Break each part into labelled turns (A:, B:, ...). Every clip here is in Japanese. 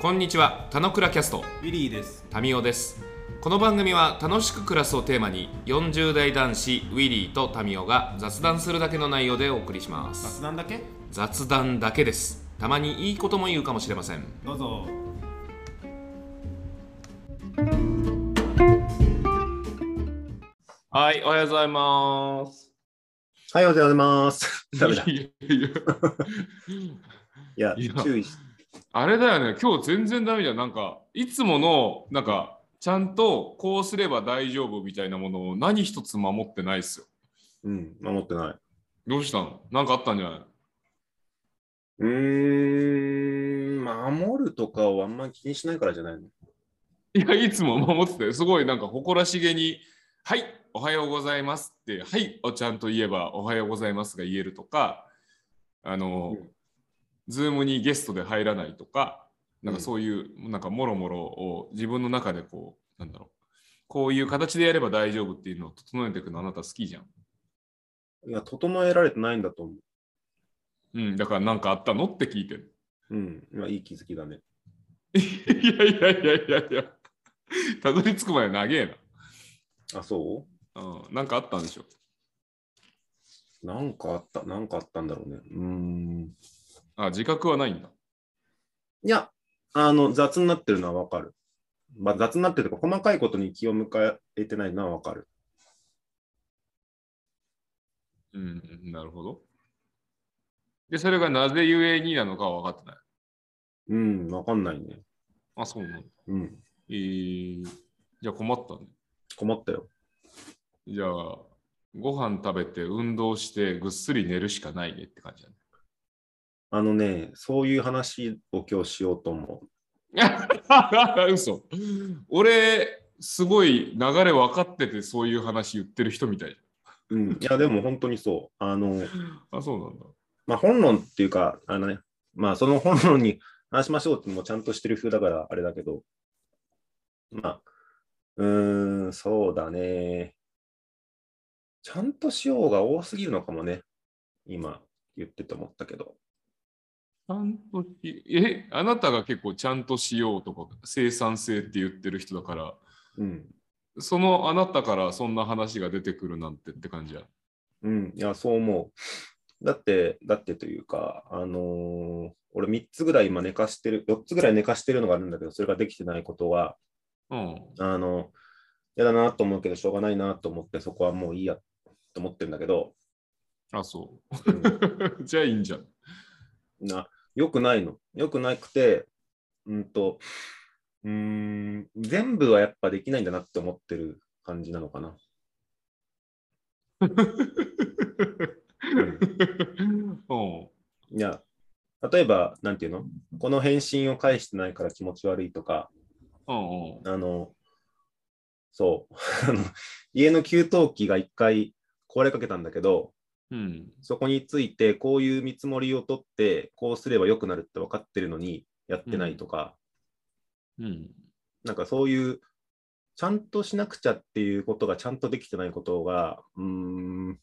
A: こんにちは、たのくらキャスト、
B: ウィリーです。
A: タミオです。この番組は楽しく暮らすをテーマに、40代男子ウィリーとタミオが雑談するだけの内容でお送りします。
B: 雑談だけ
A: 雑談だけです。たまにいいことも言うかもしれません。
B: どうぞ。
A: はい、おはようございます。
C: はい、おはようござ います。ダメだ。い
A: いやいや
C: や
A: いや、
C: 注意し。
A: あれだよね、今日全然ダメじゃん。なんか、いつもの、なんか、ちゃんとこうすれば大丈夫みたいなものを何一つ守ってないっすよ。
C: うん、守ってない。
A: どうしたのなんかあったんじゃないう
C: ーん、守るとかをあんま気にしないからじゃないの。
A: いや、いつも守ってて、すごいなんか誇らしげに、はい、おはようございますって、はい、をちゃんと言えば、おはようございますが言えるとか、あの、
C: うん
A: ズームにゲストで入らないとか、なんかそういう、なんかもろもろを自分の中でこう、なんだろう、こういう形でやれば大丈夫っていうのを整えていくのあなた好きじゃん。
C: いや、整えられてないんだと思
A: うん、だからなんかあったのって聞いて る。
C: う。うん、まあ、いい気づきだね。
A: いやいやいやいやいや、たどり着くまで長え
C: あ、そ
A: な。うん、なんかあったんでしょ。
C: うなんかあった、なんかあったんだろうね。うーん。
A: あ、自覚はないんだ。
C: いや、あの、雑になってるのはわかる。まあ、雑になってるとか、細かいことに気を向かえてないのはわかる。
A: うん、なるほど。で、それがなぜゆえになのかは分かってない。
C: うん、わかんないね。
A: あ、そうなの。
C: うん、
A: えー、じゃあ困ったね。
C: 困ったよ。
A: じゃあ、ご飯食べて、運動して、ぐっすり寝るしかないねって感 じだね。
C: あのね、そういう話を今日しようと思う。
A: 嘘。俺、すごい流れ分かってて、そういう話言ってる人みたいじ
C: うん、いや、でも本当にそう。あの、
A: ゃん。あ、そうなんだ。
C: まあ、本論っていうか、あのね、まあ、その本論に話しましょうってのもちゃんとしてる風だから、あれだけど、まあ、うーん、そうだね。ちゃんとしようが多すぎるのかもね。今、言ってて思ったけど。
A: ちゃんとし、え、あなたが結構ちゃんとしようとか、生産性って言ってる人だから、
C: うん。
A: そのあなたからそんな話が出てくるなんてって感じや。
C: うん、いや、そう思う。だって、だってというか、あのー俺3つぐらい今寝かしてる、4つぐらい寝かしてるのがあるんだけど、それができてないことは、
A: うん。
C: あの、嫌だなと思うけど、しょうがないなと思って、そこはもういいやと思ってるんだけど、
A: あ、そうう。じゃあいいん じゃん。
C: な、よくないの。よくなくて、うんと、うーん、全部はやっぱできないんだなって思ってる感じなのかな。うん
A: うん。
C: いや、例えば、なんていうのこの返信を返してないから気持ち悪いとか、
A: うんうん。
C: あの、そう、 あの家の給湯器が一回壊れかけたんだけど、
A: うん。
C: そこについてこういう見積もりを取ってこうすれば良くなるって分かってるのにやってないとか、
A: うん。
C: なんかそういうちゃんとしなくちゃっていうことがちゃんとできてないことがうーん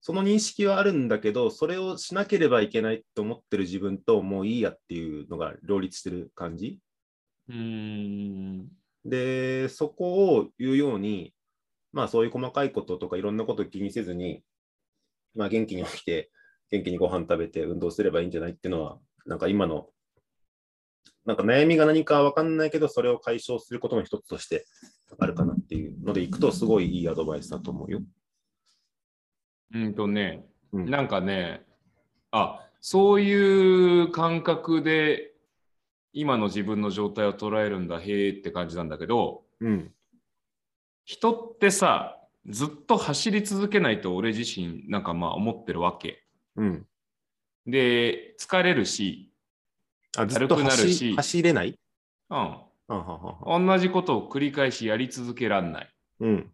C: その認識はあるんだけどそれをしなければいけないと思ってる自分ともういいやっていうのが両立してる感じ
A: うーん。
C: でそこを言うようにまあそういう細かいこととかいろんなこと気にせずにまあ元気に起きて元気にご飯食べて運動すればいいんじゃないっていうのはなんか今のなんか悩みが何かわかんないけどそれを解消することの一つとしてあるかなっていうのでいくとすごいいいアドバイスだと思うよ。
A: うんとね、
C: うん
A: なんかね、あ、そういう感覚で今の自分の状態を捉えるんだ、へえって感じなんだけど、
C: うん
A: 人ってさ、ずっと走り続けないと俺自身なんかまあ思ってるわけ。
C: うん、
A: で、疲れるし、
C: あずっと
A: 軽くなるし
C: 走走れない
A: うん、
C: あははは
A: 同じことを繰り返しやり続けらんないっ
C: うん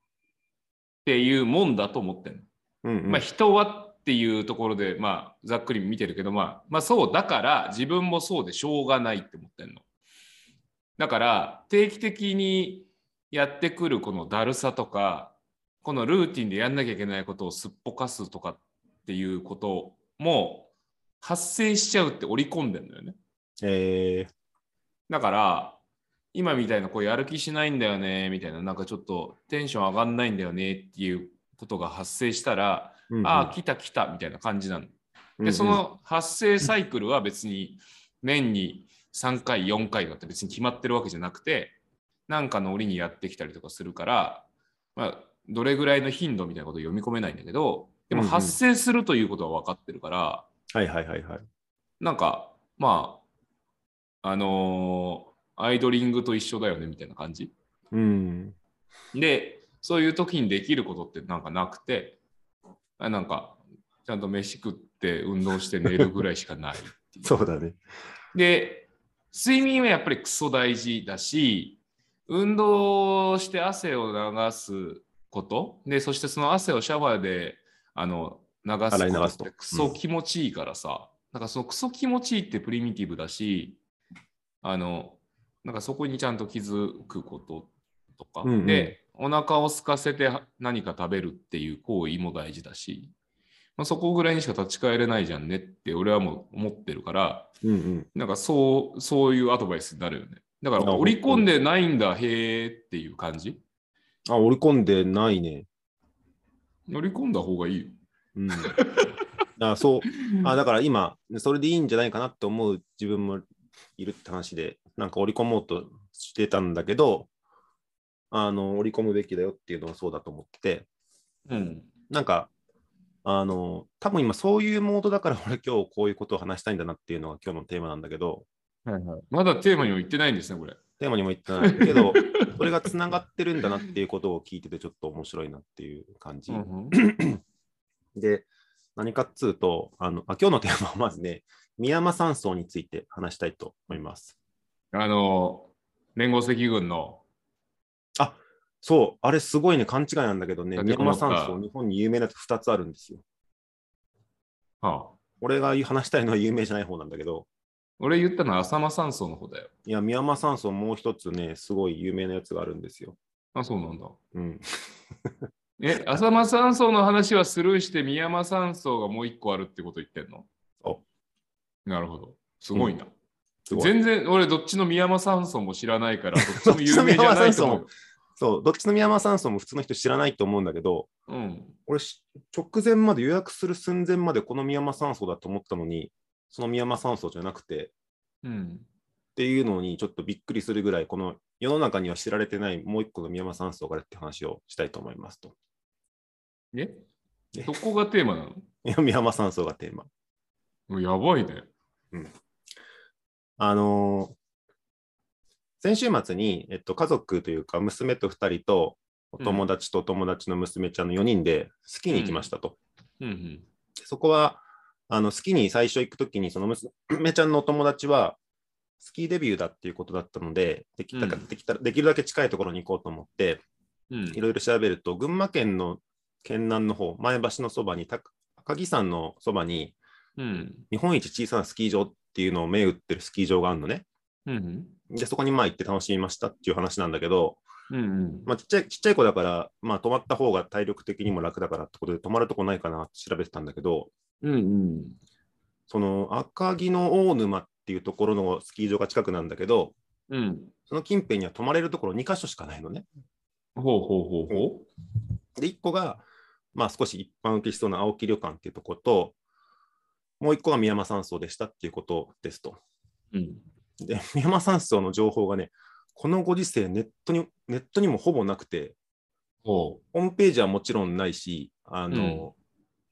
A: ていうもんだと思ってる、
C: うんうん
A: まあ人はっていうところで、まあ、ざっくり見てるけど、まあ、まあそうだから自分もそうでしょうがないって思ってんの。だから定期的にやってくるこのだるさとかこのルーティンでやんなきゃいけないことをすっぽかすとかっていうことも発生しちゃうって織り込んでんのよね。
C: え
A: だから、今みたいなこうやる気しないんだよねみたいな、なんかちょっとテンション上がんないんだよねっていうことが発生したら、
C: うんうん
A: ああ、来た来たみたいな感じなの。
C: うんう
A: で、
C: ん
A: その発生サイクルは別に年に3回、4回だって別に決まってるわけじゃなくて、なんかの折にやってきたりとかするから、まあ、どれぐらいの頻度みたいなこと読み込めないんだけど、でも
C: うんうん
A: 発生するということは分かってるから、
C: はいはいはいはい。
A: なんか、まあ、あのーアイドリングと一緒だよねみたいな感じ。
C: うん。
A: で、そういう時にできることってなんかなくて、あなんか、ちゃんと飯食って運動して寝るぐらいしかない。
C: そうだね。
A: で、睡眠はやっぱりクソ大事だし、運動して汗を流すこと、で、そしてその汗をシャワーであの流す
C: 洗い流
A: こと
C: す
A: っ
C: と
A: てクソ気持ちいいからさ、なんかそのクソ気持ちいいってプリミティブだし、あの、なんかそこにちゃんと気づくこととか、
C: うんうん
A: で、お腹を空かせて何か食べるっていう行為も大事だし、まあ、そこぐらいにしか立ち返れないじゃんねって俺はもう思ってるから、
C: うんうん。
A: なんかそう、そういうアドバイスになるよね。だから
C: なるほど
A: 織り込んでないんだ、へえっていう感じ。
C: あ、織り込んでないね。
A: 織り込んだ方がいいよ。
C: うん。あそう。あだから今、それでいいんじゃないかなって思う自分もいるって話で、なんか織り込もうとしてたんだけど、あの織り込むべきだよっていうのはそうだと思ってて、
A: うん。
C: なんか、あの、多分今そういうモードだから 俺今日こういうことを話したいんだなっていうのが今日のテーマなんだけど、
A: はいはい、まだテーマにも言ってないんですね、これ。
C: テーマにも言ってないけど、それがつながってるんだなっていうことを聞いててちょっと面白いなっていう感じ。
A: うん
C: で、何かっつうと、あのあ今日のテーマはまずね、深山山荘について話したいと思います。
A: あの、連合赤軍の、
C: そう、あれすごいね、勘違いなんだけどね、
A: 立て
C: 宮
A: こも
C: 山
A: った
C: 山荘、日本に有名な2つあるんですよ。
A: はあ、
C: 俺が話したいのは有名じゃない方なんだけど、
A: 俺言ったのは浅間山荘の方だよ。
C: いや、宮山山荘もう一つね、すごい有名なやつがあるんですよ。
A: あ、そうなんだ。
C: うん。
A: え、 浅間山荘の話はスルーして、宮山山荘がもう一個あるってこと言ってんの
C: そ
A: なるほど。すごいな。
C: すごい
A: 全然俺どっちの宮山山荘も知らないから、どっちも有名じゃないと 思うよ。
C: そう、どっちの宮山山荘も普通の人知らないと思うんだけど、
A: うん。
C: 俺し、直前まで予約する寸前までこの宮山山荘だと思ったのに、その宮山山荘じゃなくて、
A: うん。
C: っていうのにちょっとびっくりするぐらい、この世の中には知られてないもう一個の宮山山荘があるって話をしたいと思いますと。
A: え
C: え
A: どこがテーマなの
C: いや宮山山荘がテーマ。
A: もうやばいね。
C: あのー先週末に、えっと、家族というか、娘と2人と、お友達とお友達の娘ちゃんの4人で、スキーに行きましたと。
A: うん
C: そこは、あのスキーに最初行くときに、その娘ちゃんのお友達は、スキーデビューだっていうことだったので、できたか
A: うん
C: できたらできるだけ近いところに行こうと思って、
A: うん。うん
C: いろいろ調べると、群馬県の県南の方、前橋のそばに、高高木山のそばに、
A: うん。
C: 日本一小さなスキー場っていうのを銘打ってるスキー場があるのね。
A: うん。
C: で、そこにまあ行って楽しみましたっていう話なんだけど、
A: うん。
C: まあ、ちっちゃいちっちゃい子だから、まあ、泊まった方が体力的にも楽だからってことで、泊まるとこないかなって調べてたんだけど、
A: うん。
C: その赤城の大沼っていうところのスキー場が近くなんだけど、
A: うん。
C: その近辺には泊まれるところ2箇所しかないのね。
A: ほうほうほうほ
C: で、1個が、まあ、少し一般受けしそうな青木旅館っていうところと、もう1個が美山山荘でしたっていうことですと。
A: う。うん。
C: で、美山山荘の情報がね、このご時世ネットに、ネットにもほぼなくて、
A: ほ
C: ホームページはもちろんないし、あの、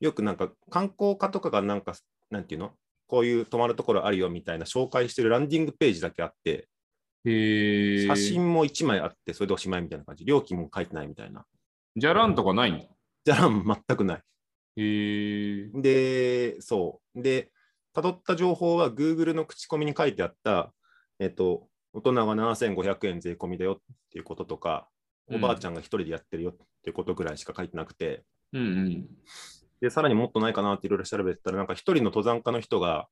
C: よくなんか観光家とかがなんか、なんていうのこういう泊まるところあるよみたいな紹介してるランディングページだけあって、
A: う。へえ。
C: 写。真も1枚あって、それでおしまいみたいな感じ、料金も書いてないみたいな。
A: じゃらんとかないんだ。
C: じゃらん、 全くない。
A: へえ。
C: で、そう。で、辿った情報は Google の口コミに書いてあった、えっと、大人が7500円税込みだよっていうこととか、おばあちゃんが一人でやってるよっていうことぐらいしか書いてなくて、
A: うん
C: で、さらにもっとないかなっていろいろ調べてたら、なんか一人の登山家の人が、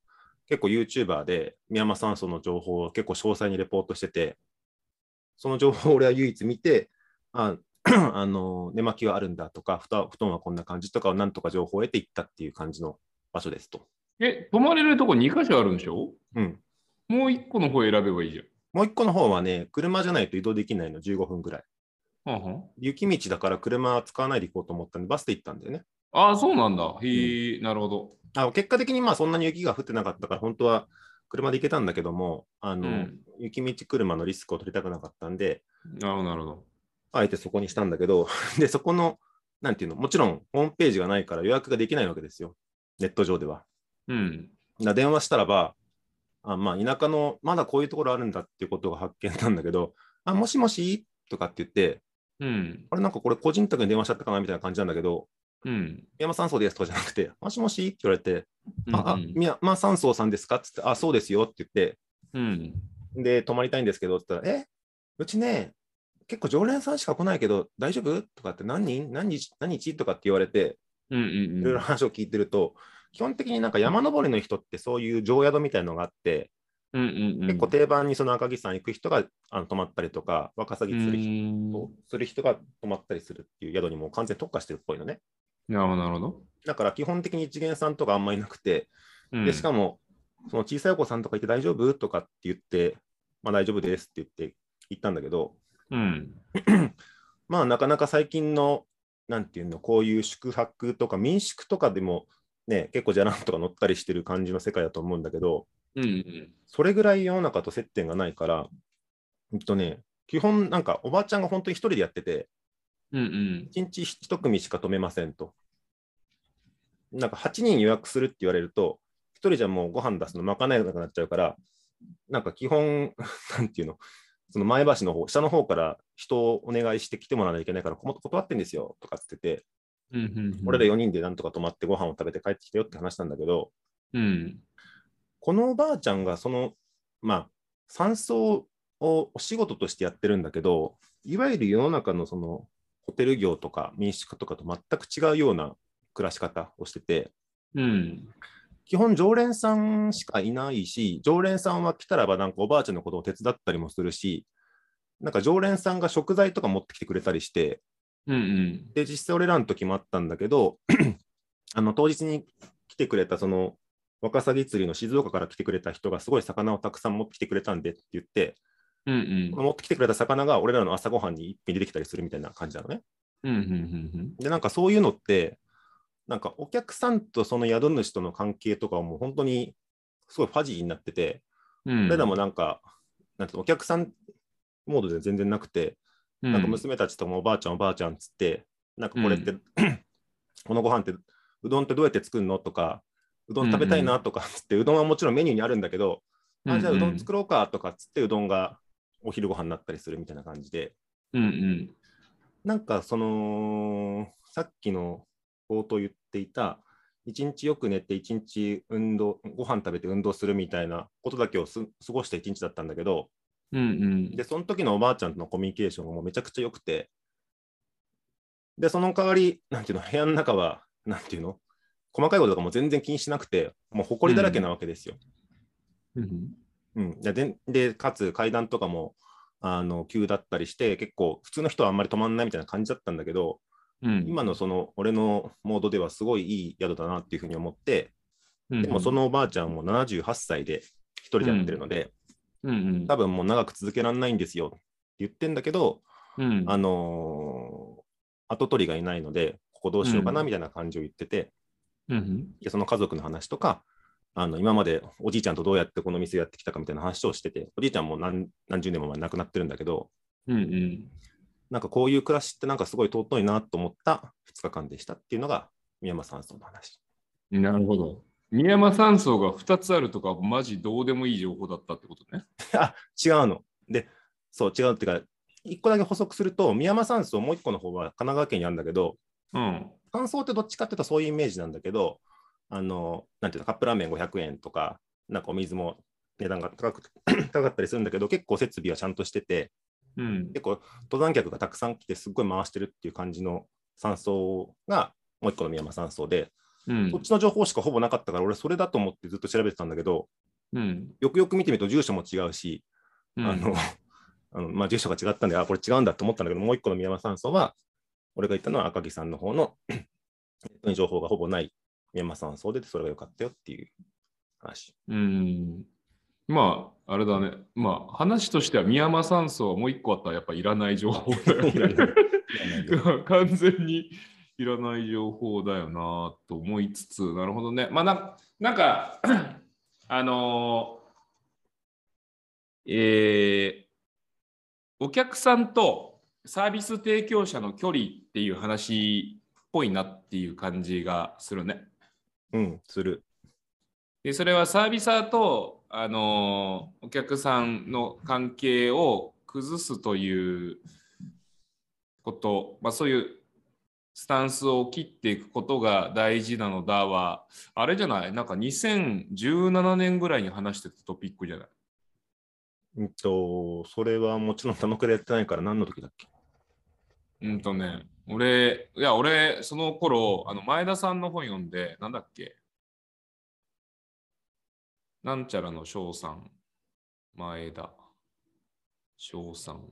C: 結構 YouTuber で、宮山山荘の情報を結構詳細にレポートしてて、その情報を俺は唯一見て、あ あの寝巻きはあるんだとか、布団布団はこんな感じとかをなんとか情報を得ていったっていう感じの場所ですと。
A: うん。え、泊まれるとこ2箇所あるんでしょ
C: うん。
A: もう1個の方選べばいいじゃん。
C: もう一個の方はね、車じゃないと移動できないの、15分ぐらい。
A: ほんほん
C: 雪道だから車使わないで行こうと思ったんで、バスで行ったんだよね。
A: ああ、そうなんだ。へえ、なるほど。
C: あ結果的にまあそんなに雪が降ってなかったから、本当は車で行けたんだけども、あ
A: う
C: の
A: ん。
C: 雪道車のリスクを取りたくなかったんで、
A: なるほど、なるほど。
C: あえてそこにしたんだけど、 で、そこの、なんていうの、もちろんホームページがないから予約ができないわけですよ、ネット上では。
A: うん。
C: な電話したらば、あまあ、田舎のまだこういうところあるんだっていうことが発見なんだけど、あもしもしとかって言って、
A: うん。
C: あれなんかこれ個人宅に電話しちゃったかなみたいな感じなんだけど、
A: うん。
C: 宮山山荘ですとかじゃなくて、もしもしって言われて、ああ
A: うん
C: 宮山山荘さんですかって言って、あ、そうですよって言って、
A: うん。
C: で、泊まりたいんですけどって言ったら、えうちね、結構常連さんしか来ないけど、大丈夫とかって何人何日何日とかって言われて、
A: うん。うん。
C: いろいろ話を聞いてると、基本的になんか山登りの人ってそういう常宿みたいのがあって、
A: うん。うん。うん。
C: 結構定番にその赤城山行く人があの泊まったりとか、ワカサギ釣る人
A: うん
C: する人が泊まったりするっていう宿にもう完全に特化してるっぽいのね。
A: なるほど、なるほど。
C: だから基本的に一元さんとかあんまりなくて、
A: うん
C: でしかも、その小さいお子さんとかいて大丈夫とかって言って、まあ大丈夫ですって言って行ったんだけど、
A: うん。
C: まあなかなか最近の、なんていうの、こういう宿泊とか民宿とかでも、ね、結構じゃらんとか乗ったりしてる感じの世界だと思うんだけど、
A: うん。うん。
C: それぐらい世の中と接点がないから、えっとね、基本なんかおばあちゃんが本当に一人でやってて、
A: うん。うん。
C: 1日1組しか止めませんと。なんか8人予約するって言われると、1人じゃもうご飯出すのまかないなくなっちゃうから、なんか基本、 なんていうの、その前橋の方、下の方から人をお願いして来てもらわないといけないから、こ断ってんですよとかって言ってて、
A: うんうん。
C: 俺ら4人でなんとか泊まってご飯を食べて帰ってきてよって話なんだけど、
A: うん。
C: このおばあちゃんがその、まあ、山荘をお仕事としてやってるんだけど、いわゆる世の中のそのホテル業とか民宿とかと全く違うような暮らし方をしてて、
A: うん。
C: 基本常連さんしかいないし、常連さんは来たらばなんかおばあちゃんのことを手伝ったりもするし、なんか常連さんが食材とか持ってきてくれたりして、
A: うん。うん。
C: で、実際俺らの時もあったんだけど、 あの当日に来てくれた、その、ワカサギ釣りの静岡から来てくれた人がすごい魚をたくさん持ってきてくれたんでって言って、
A: うん。うん。
C: 持ってきてくれた魚が俺らの朝ごはんに一品出てきたりするみたいな感じなのね。
A: うん。うん。
C: で、なんかそういうのって、なんかお客さんとその宿主との関係とかはもう本当にすごいファジーになってて、
A: うん。
C: 俺らもなんか、なんていうのお客さんモードで全然なくて、
A: うん、
C: なんか娘たちともおばあちゃんおばあちゃんっつって、なんかこれって、
A: う
C: このご飯ってうどんってどうやって作るのとか、うどん食べたいなとかっつって、うどんはもちろんメニューにあるんだけど、あじゃあうどん作ろうかとかっつって、うどんがお昼ご飯になったりするみたいな感じで、
A: うん。うん。
C: なんかその、さっきの冒頭言っていた、一日よく寝て、一日運動、ご飯食べて運動するみたいなことだけをす過ごした一日だったんだけど、
A: うん。うん。
C: で、その時のおばあちゃんとのコミュニケーションがもうめちゃくちゃ良くて、で、その代わり、なんていうの、部屋の中は、なんていうの、細かいこととかも全然気にしなくて、もう埃だらけなわけですよ。
A: うん。
C: うんででで、かつ階段とかも、あの急だったりして、結構、普通の人はあんまり止まんないみたいな感じだったんだけど、
A: うん。
C: 今のその、俺のモードではすごいいい宿だなっていうふうに思って、
A: うん、
C: でもそのおばあちゃんも78歳で一人でやってるので、
A: うん、うん。
C: 多分もう長く続けられないんですよって言ってんだけど、
A: うん。
C: あのー後取りがいないので、ここどうしようかな
A: うん
C: みたいな感じを言ってて、
A: うん。
C: でその家族の話とか、あの今までおじいちゃんとどうやってこの店やってきたかみたいな話をしてて、おじいちゃんも何何十年も前に亡くなってるんだけど、
A: うん。うん。
C: なんかこういう暮らしってなんかすごい尊いなと思った2日間でしたっていうのが、宮山さんその話。
A: なるほど。三山山荘が2つあるとか、マジどうでもいい情報だったってことね。
C: あ違うの。で、そう、違うっていうか、1個だけ補足すると、宮山山荘、もう1個の方は神奈川県にあるんだけど、
A: うん。
C: 感想ってどっちかっていうとそういうイメージなんだけど、あの、なんていうの、カップラーメン500円とか、なんかお水も値段が高く 高かったりするんだけど、結構設備はちゃんとしてて、
A: うん。
C: 結構登山客がたくさん来て、すっごい回してるっていう感じの山荘が、もう一個の宮山山荘で、
A: うん
C: そっ。ちの情報しかほぼなかったから、俺、それだと思ってずっと調べてたんだけど、
A: うん。
C: よくよく見てみると、住所も違うし、
A: うん
C: あの、 あのまあ、住所が違ったんで、あ、これ違うんだと思ったんだけど、もう一個の宮山山荘は、俺が行ったのは赤木さんの方の ネットに情報 がほぼない宮山山荘で、それが良かったよっていう話。
A: うん。まあ、あれだね。まあ、話としては、深山酸素はもう一個あったらやっぱいらない情報だよ
C: いらない
A: ね。完全にいらない情報だよなと思いつつ、なるほどね。まあ、ななんか、あのーえーお客さんとサービス提供者の距離っていう話っぽいなっていう感じがするね。
C: うん、する。
A: でそれはサービサーと、あのーお客さんの関係を崩すということ、まあ、そういうスタンスを切っていくことが大事なのだはあれじゃないなんか2017年ぐらいに話してたトピックじゃない
C: うんと、それはもちろん、田中でやってないから、何の時だっけ
A: うんとね俺いや俺その頃あの前田さんの本読んでなんだっけなんちゃらの翔さん前田翔さん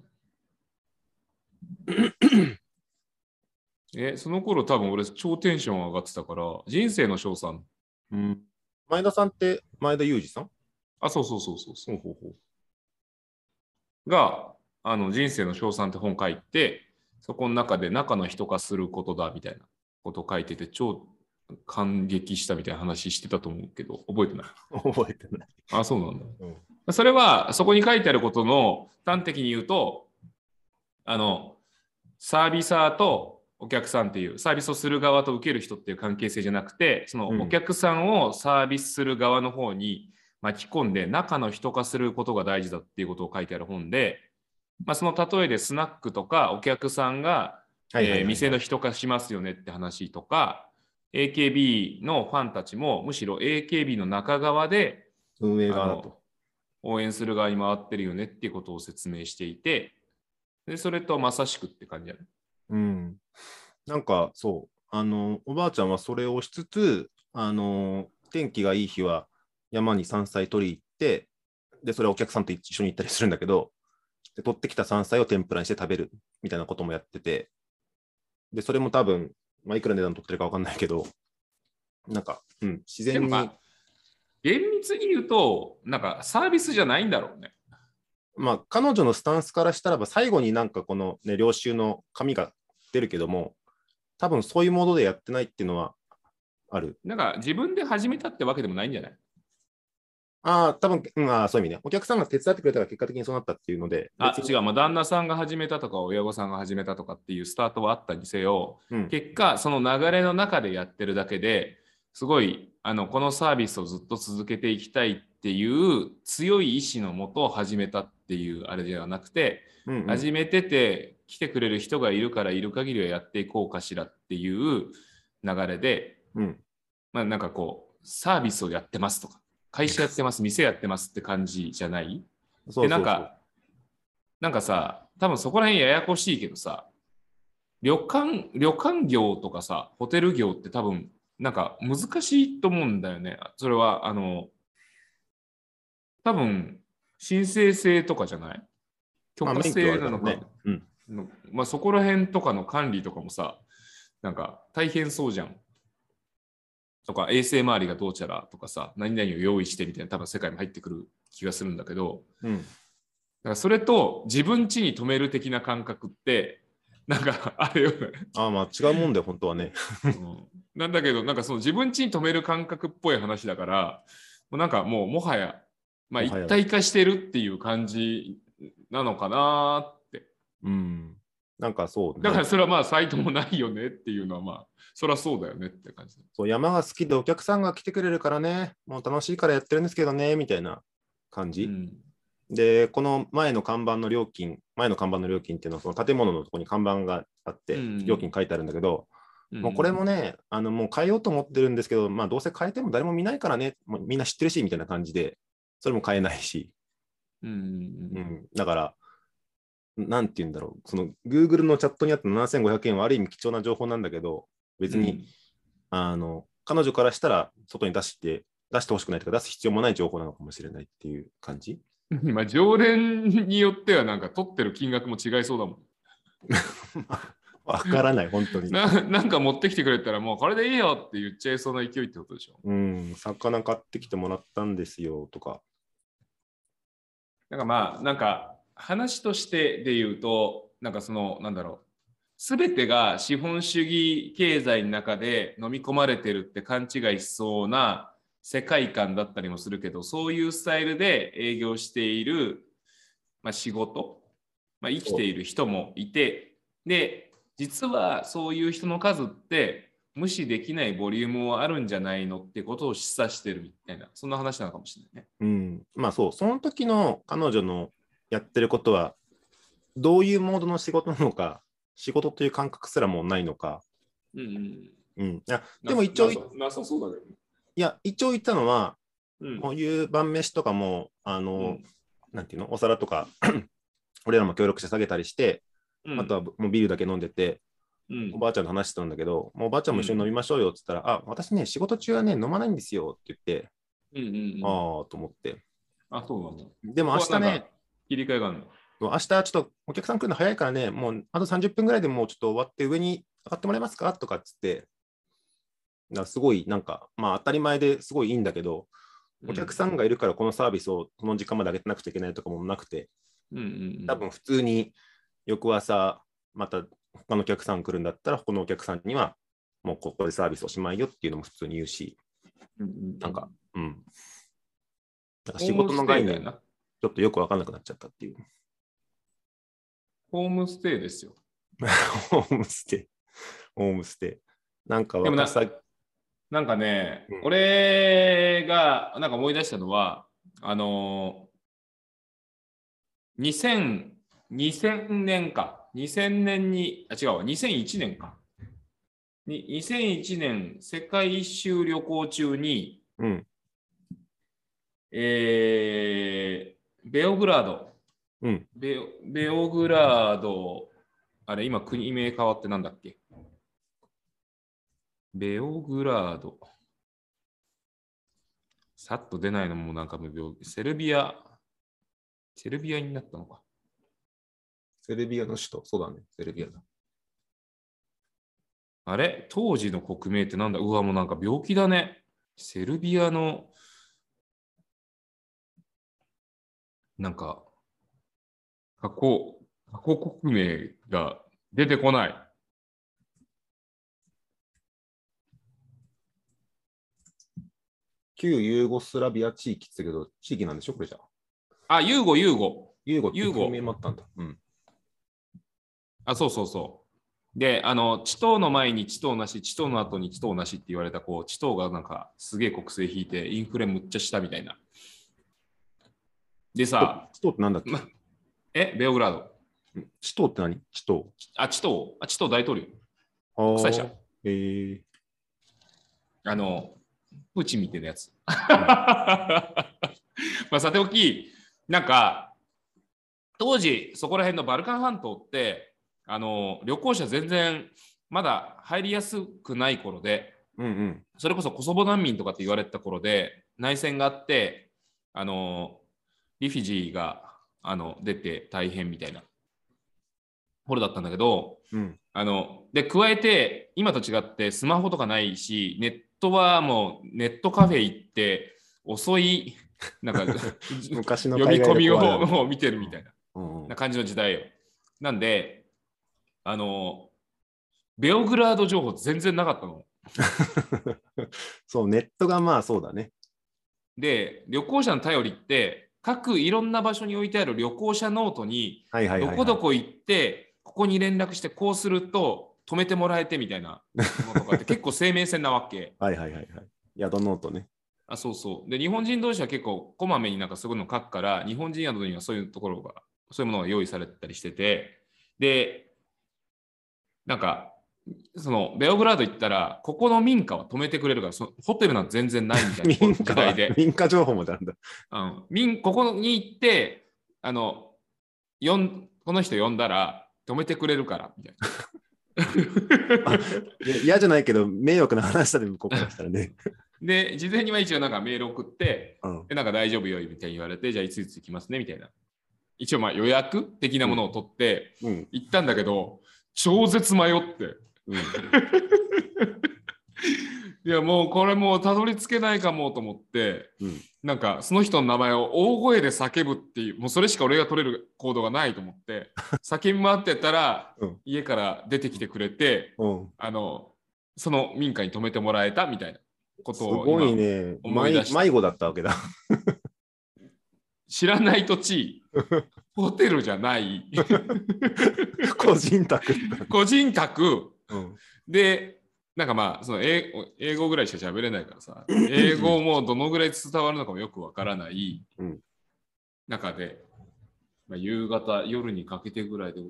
A: えその頃多分俺超テンション上がってたから人生の翔さん
C: うん。前田さんって、前田裕二さん
A: あそうそうそうそうそう
C: ほうほうほう。
A: があの人生の称賛って本書いてそこの中で中の人化することだみたいなこと書いてて超感激したみたいな話してたと思うけど覚えてない
C: 覚えてない。
A: あそうなんだ、
C: うん
A: それはそこに書いてあることの端的に言うとあのサービサーとお客さんっていうサービスをする側と受ける人っていう関係性じゃなくてその
C: うん
A: お客さんをサービスする側の方に巻き込んで中の人化することが大事だっていうことを書いてある本で、まあ、その例えでスナックとかお客さんが
C: は
A: えー店の人化しますよねって話とか AKB のファンたちもむしろ AKB の中側で
C: 運営
A: あ
C: 側だと
A: の。応援する側に回ってるよねっていうことを説明していてでそれとまさしくって感じだね。
C: うん。なんか、そう。あの、おばあちゃんはそれをしつつ、あの、天気がいい日は山に山菜取り行って、で、それをお客さんと一緒に行ったりするんだけど、で取ってきた山菜を天ぷらにして食べるみたいなこともやってて、で、それも多分、まあ、いくら値段取ってるかわかんないけど、なんか、うん、自
A: で
C: 然
A: も
C: に、
A: まあ厳密に言うとなんかサービスじゃないんだろうね。
C: まあ、彼女のスタンスからしたらば、最後になんかこの、ね、領収の紙が出るけども、多分そういうモードでやってないっていうのはある。
A: なんか自分で始めたってわけでもないんじゃない
C: ああ、多分、うん、あーそういう意味ね。お客さんが手伝ってくれたから結果的にそうなったっていうので、
A: あ
C: 別に
A: 違う、まあ、旦那さんが始めたとか親御さんが始めたとかっていうスタートはあったにせよ
C: うん、
A: 結果その流れの中でやってるだけですごいあのこのサービスをずっと続けていきたいっていう強い意志のもと始めたっていうあれではなくて
C: うんうん
A: 始めてて来てくれる人がいるからいる限りはやっていこうかしらっていう流れで
C: うん
A: まあなんかこうサービスをやってますとか会社やってます店やってますって感じじゃない
C: そうそうそう
A: でなんか、なんかさ、多分そこら辺ややこしいけどさ、旅館、旅館業とかさ、ホテル業って多分、なんか難しいと思うんだよね。それは、あの、多分、申請制とかじゃない許
C: まあ
A: 可
C: 免許は
A: 制
C: あれ
A: な
C: だ
A: の
C: もん
A: か、
C: ねうん
A: のまあ、そこら辺とかの管理とかもさ、なんか大変そうじゃん。とか、衛生周りがどうちゃらとかさ、何々を用意してみたいな、多分世界も入ってくる気がするんだけど、
C: うん、
A: だからそれと自分家に止める的な感覚ってなんかあれよね、
C: ああ、まあ違うもんだよ、本当はね。
A: うんなんだけどなんかその自分家に止める感覚っぽい話だからもうなんかもうもはや、まあ、
C: もはや
A: 一体化してるっていう感じなのかなって
C: うん、なんかそう、ね、
A: だからそれはまあサイトもないよねっていうのはまあそりゃそうだよねって感じ
C: そう山が好きでお客さんが来てくれるからね、もう楽しいからやってるんですけどね、みたいな感じ。
A: うん
C: で、この前の看板の料金、前の看板の料金っていうのは、その建物のとこに看板があって、
A: うん
C: 料金書いてあるんだけど、
A: うん
C: もうこれもね、あのもう変えようと思ってるんですけど、まあ、どうせ変えても誰も見ないからね、もうみんな知ってるしみたいな感じで、それも変えないし、
A: うんうん
C: う
A: うん
C: ん、だから、なんて言うんだろう、その Google のチャットにあった7500円はある意味貴重な情報なんだけど、別に、あの彼女からしたら外に出して、出してほしくないとか、出す必要もない情報なのかもしれないっていう感じ。
A: うんまあ常連によってはなんか取ってる金額も違いそうだもん
C: わからない、本当に。
A: ななんか持ってきてくれたらもうこれでいいよって言っちゃいそうな勢いってことでしょ。
C: うん、魚買ってきてもらったんですよとか、
A: なんかまあなんか話としてで言うとなんかそのなんだろう全てが資本主義経済の中で飲み込まれてるって勘違いしそうな世界観だったりもするけどそういうスタイルで営業している、まあ、仕事、まあ、生きている人もいてで実はそういう人の数って無視できないボリュームもあるんじゃないのってことを示唆してるみたいなそんな話なのかもしれないね。
C: うん、まあそう、その時の彼女のやってることは、どういうモードの仕事なのか、仕事という感覚すらもうないのか、
A: うんうん
C: うん、いやでも一応、い
A: なさそうだけどね。
C: や、一応言ったのは、
A: うん
C: こういう晩飯とかも、あの、なんていうの、お皿とか、 俺らも協力して下げたりして、
A: うん
C: あとはもうビールだけ飲んでて、
A: うん
C: おばあちゃんと話してたんだけど、もうおばあちゃんも一緒に飲みましょうよって言ったら、あ、私ね、仕事中はね、飲まないんですよって言って、
A: うんうんうん
C: ああ、と思って。
A: あ、そうなんだ。
C: でも明日
A: なん
C: ね
A: か、切り替えがあるの。
C: 明日ちょっとお客さん来るの早いからね、もうあと30分ぐらいでもうちょっと終わって上に上がってもらえますかとかっつって、なすごいなんか、まあ当たり前ですごいいいんだけど、お客さんがいるからこのサービスをその時間まで上げてなくちゃいけないとかもなくて、
A: うんうんうん、
C: 多分普通に翌朝、また他のお客さん来るんだったら、このお客さんにはもうここでサービスおしまいよっていうのも普通に言うし、
A: うんうん、
C: なんか、うん。なんか仕事の概念が
A: な。
C: ちょっとよく分かんなくなっちゃったっていう。
A: ホームステイですよ。
C: ホームステイ。ホームステイ。なんか
A: でもな
C: 若さ、
A: なんかね、
C: うん
A: 俺がなんか思い出したのは、あのー、2000, 2000年か、2000年に、あ、違うわ、2001年か。に2001年、世界一周旅行中に、
C: うん、
A: えーベオグラード、
C: うん
A: ベオベオグラード、あれ、今国名変わってなんだっけベオグラード。さっと出ないのもなんか無病セルビア、セルビアになったのか。
C: セルビアの首都、そうだね、セルビアだ。
A: あれ当時の国名ってなんだうわ、もうなんか病気だね。セルビアの、なんか、過去、過去国名が出てこない。
C: 旧ユーゴスラビア地域って言ってたけど、地域なんでしょ、これじゃ。
A: あ、ユーゴ、ユーゴ。
C: ユーゴって
A: ユーゴ
C: 国名もあったんだ。うん。
A: あ、そうそうそう。で、あの、地頭の前に地頭なし、地頭の後に地頭なしって言われた、こう、地頭がなんか、すげえ国政引いて、インフレむっちゃしたみたいな。でさ、
C: 首都ってなんだっけ
A: まえ、ベオグラード。
C: うん首都って何首都。
A: あ、地頭、あ、地頭大統領。
C: あ
A: 国
C: ー
A: 際者。
C: えー、
A: あの、プーチンみたいなやつ。 まあ、さておき、なんか、当時、そこら辺のバルカン半島って、あの、旅行者全然、まだ入りやすくない頃で、
C: うんうん。
A: それこそコソボ難民とかって言われてた頃で、内戦があって、あの、リフィジーが、あの、出て大変みたいな、頃だったんだけど、
C: うん、
A: あので加えて今と違ってスマホとかないしネットはもうネットカフェ行って遅い なん か読
C: 昔の
A: み込みを
C: 旅行あるある
A: もう見てるみたいな
C: うんうん
A: な感じの時代よ。なんであのベオグラード情報全然なかったの。
C: そう、ネットがまあそうだね。
A: で旅行者の頼りって各いろんな場所に置いてある旅行者ノートに
C: はいはいはい、
A: ど
C: はい。
A: こどこ行ってここに連絡してこうすると止めてもらえてみたい なものとかって結構生命線なわけ。
C: はいはいはいはい。宿ノートね。
A: あそうそうで日本人同士は結構こまめになんかそういうの書くから日本人宿にはそういうところがそういうものが用意されてたりしててでなんかそのベオグラード行ったらここの民家は泊めてくれるからそホテルなんて全然ないみたいな
C: 民
A: 時
C: 家
A: 代
C: は
A: で、
C: 民家情報もなんだ。
A: うん、民ここに行ってあのよんこの人呼んだら泊めてくれるからみたいな。
C: いや嫌じゃないけど、迷惑な話だね、向こうからした らね。
A: で事前には一応なんかメール送って
C: うん。
A: で、なんか大丈夫よ、みたいに言われて、じゃあいついつ行きますね、みたいな。一応まあ予約的なものを取って
C: うん。
A: 行ったんだけど、超絶迷って、
C: うん
A: いやもうこれもうたどり着けないかもと思って、
C: うん
A: なんかその人の名前を大声で叫ぶっていうもうそれしか俺が取れる行動がないと思って 叫び回ってたら、
C: うん
A: 家から出てきてくれて
C: うん、
A: あのその民家に泊めてもらえたみたいなこ
C: す
A: とを
C: ごい
A: 今
C: ね。
A: 思い
C: 迷
A: 出した
C: 迷子だったわ けだ。
A: 知らない土地ホテルじゃない
C: 個人宅。
A: 個人宅
C: うん、
A: でなんかまあその英英語ぐらいしか喋れないからさ英語もどのぐらい伝わるのかもよくわからない
C: うん
A: 中で、まあ、夕方夜にかけてぐらいで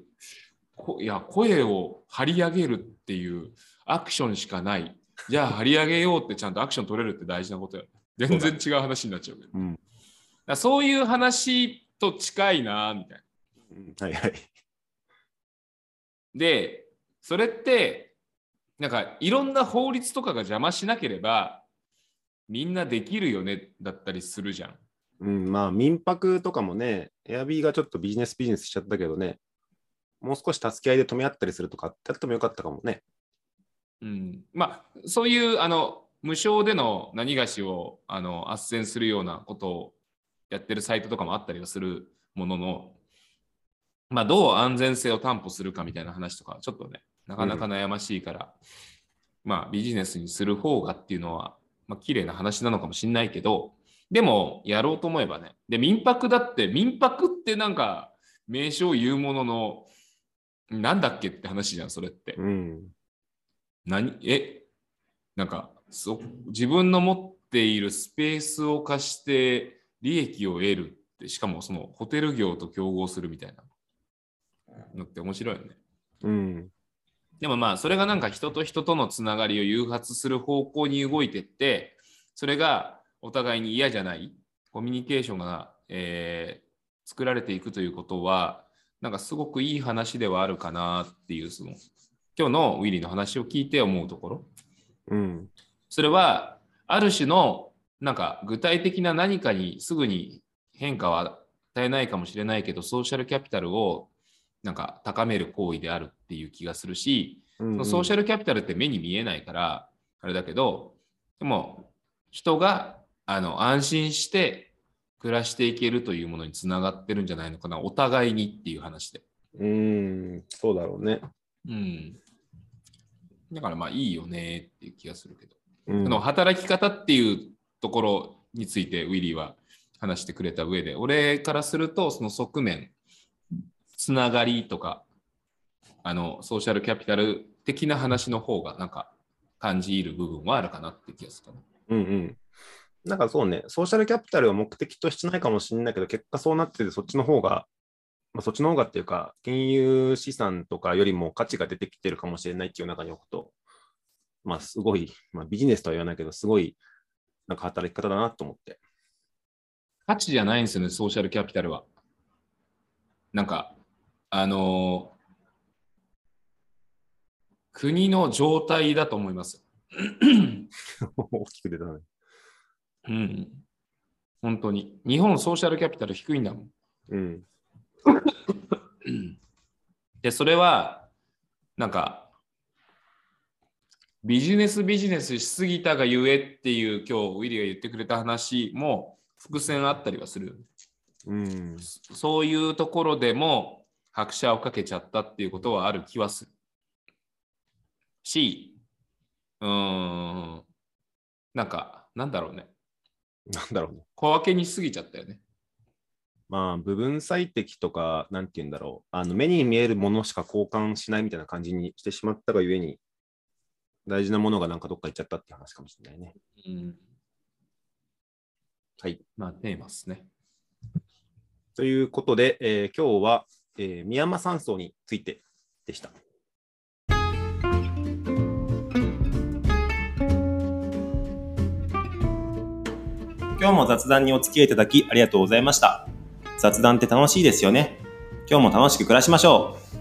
A: こいや声を張り上げるっていうアクションしかないじゃあ張り上げようってちゃんとアクション取れるって大事なことや全然違う話になっちゃうけどだか
C: うん、
A: らそういう話と近いなみたいな。
C: はいはい。
A: でそれってなんかいろんな法律とかが邪魔しなければみんなできるよねだったりするじゃん。
C: うん、まあ民泊とかもね、エアビーがちょっとビジネスビジネスしちゃったけどね、もう少し助け合いで止め合ったりするとかってやってもよかったかもね。
A: うん、まあそういうあの無償での何がしをあの斡旋するようなことをやってるサイトとかもあったりはするものの、まあ、どう安全性を担保するかみたいな話とかちょっとねなかなか悩ましいから、まあ、ビジネスにする方がっていうのは、まあ綺麗な話なのかもしれないけどでもやろうと思えばねで民泊だって民泊ってなんか名称言うもののなんだっけって話じゃんそれって。
C: うん。
A: 何えなんかそ自分の持っているスペースを貸して利益を得るってしかもそのホテル業と競合するみたいなのって面白いよね。
C: うん。
A: でもまあそれがなんか人と人とのつながりを誘発する方向に動いてってそれがお互いに嫌じゃないコミュニケーションが、えー作られていくということはなんかすごくいい話ではあるかなっていうその今日のウィリーの話を聞いて思うところ。
C: うん。
A: それはある種のなんか具体的な何かにすぐに変化は与えないかもしれないけどソーシャルキャピタルをなんか高める行為であるっていう気がするし、
C: うん
A: そのソーシャルキャピタルって目に見えないからあれだけどでも人があの安心して暮らしていけるというものにつながってるんじゃないのかなお互いにっていう話で。
C: うん、そうだろうね。
A: うん、だからまあいいよねっていう気がするけど。
C: うん
A: その働き方っていうところについてウィリーは話してくれた上で俺からするとその側面つながりとかあのソーシャルキャピタル的な話の方がなんか感じる部分はあるかなって気がするかな。
C: うんうん。なんかそうね、ソーシャルキャピタルを目的としてないかもしれないけど、結果そうなってて、そっちの方が、まあ、そっちの方がっていうか、金融資産とかよりも価値が出てきてるかもしれないっていう中に置くと、まあすごい、まあビジネスとは言わないけど、すごい、なんか働き方だなと思って。
A: 価値じゃないんですよねソーシャルキャピタルは。なんかあのー国の状態だと思います。
C: 大きく出たね。
A: うん、本当に。日本ソーシャルキャピタル低いんだもん。
C: うん。
A: で、それは、なんか、ビジネスビジネスしすぎたがゆえっていう今日ウィリーが言ってくれた話も伏線あったりはする。
C: うん。
A: そういうところでも拍車をかけちゃったっていうことはある気はする。し、うーん、なんか、なんだろうね。
C: なんだろうね。
A: 小分けにしすぎちゃったよね。
C: まあ、部分最適とか、なんて言うんだろう、あの目に見えるものしか交換しないみたいな感じにしてしまったがゆえに、大事なものがなんかどっか行っちゃったっていう話かもしれないね。
A: うん、
C: はい。
A: まあ、テーマですね。
C: ということで、えー今日は、えー、深山山荘についてでした。今日も雑談にお付き合いいただきありがとうございました。雑談って楽しいですよね。今日も楽しく暮らしましょう。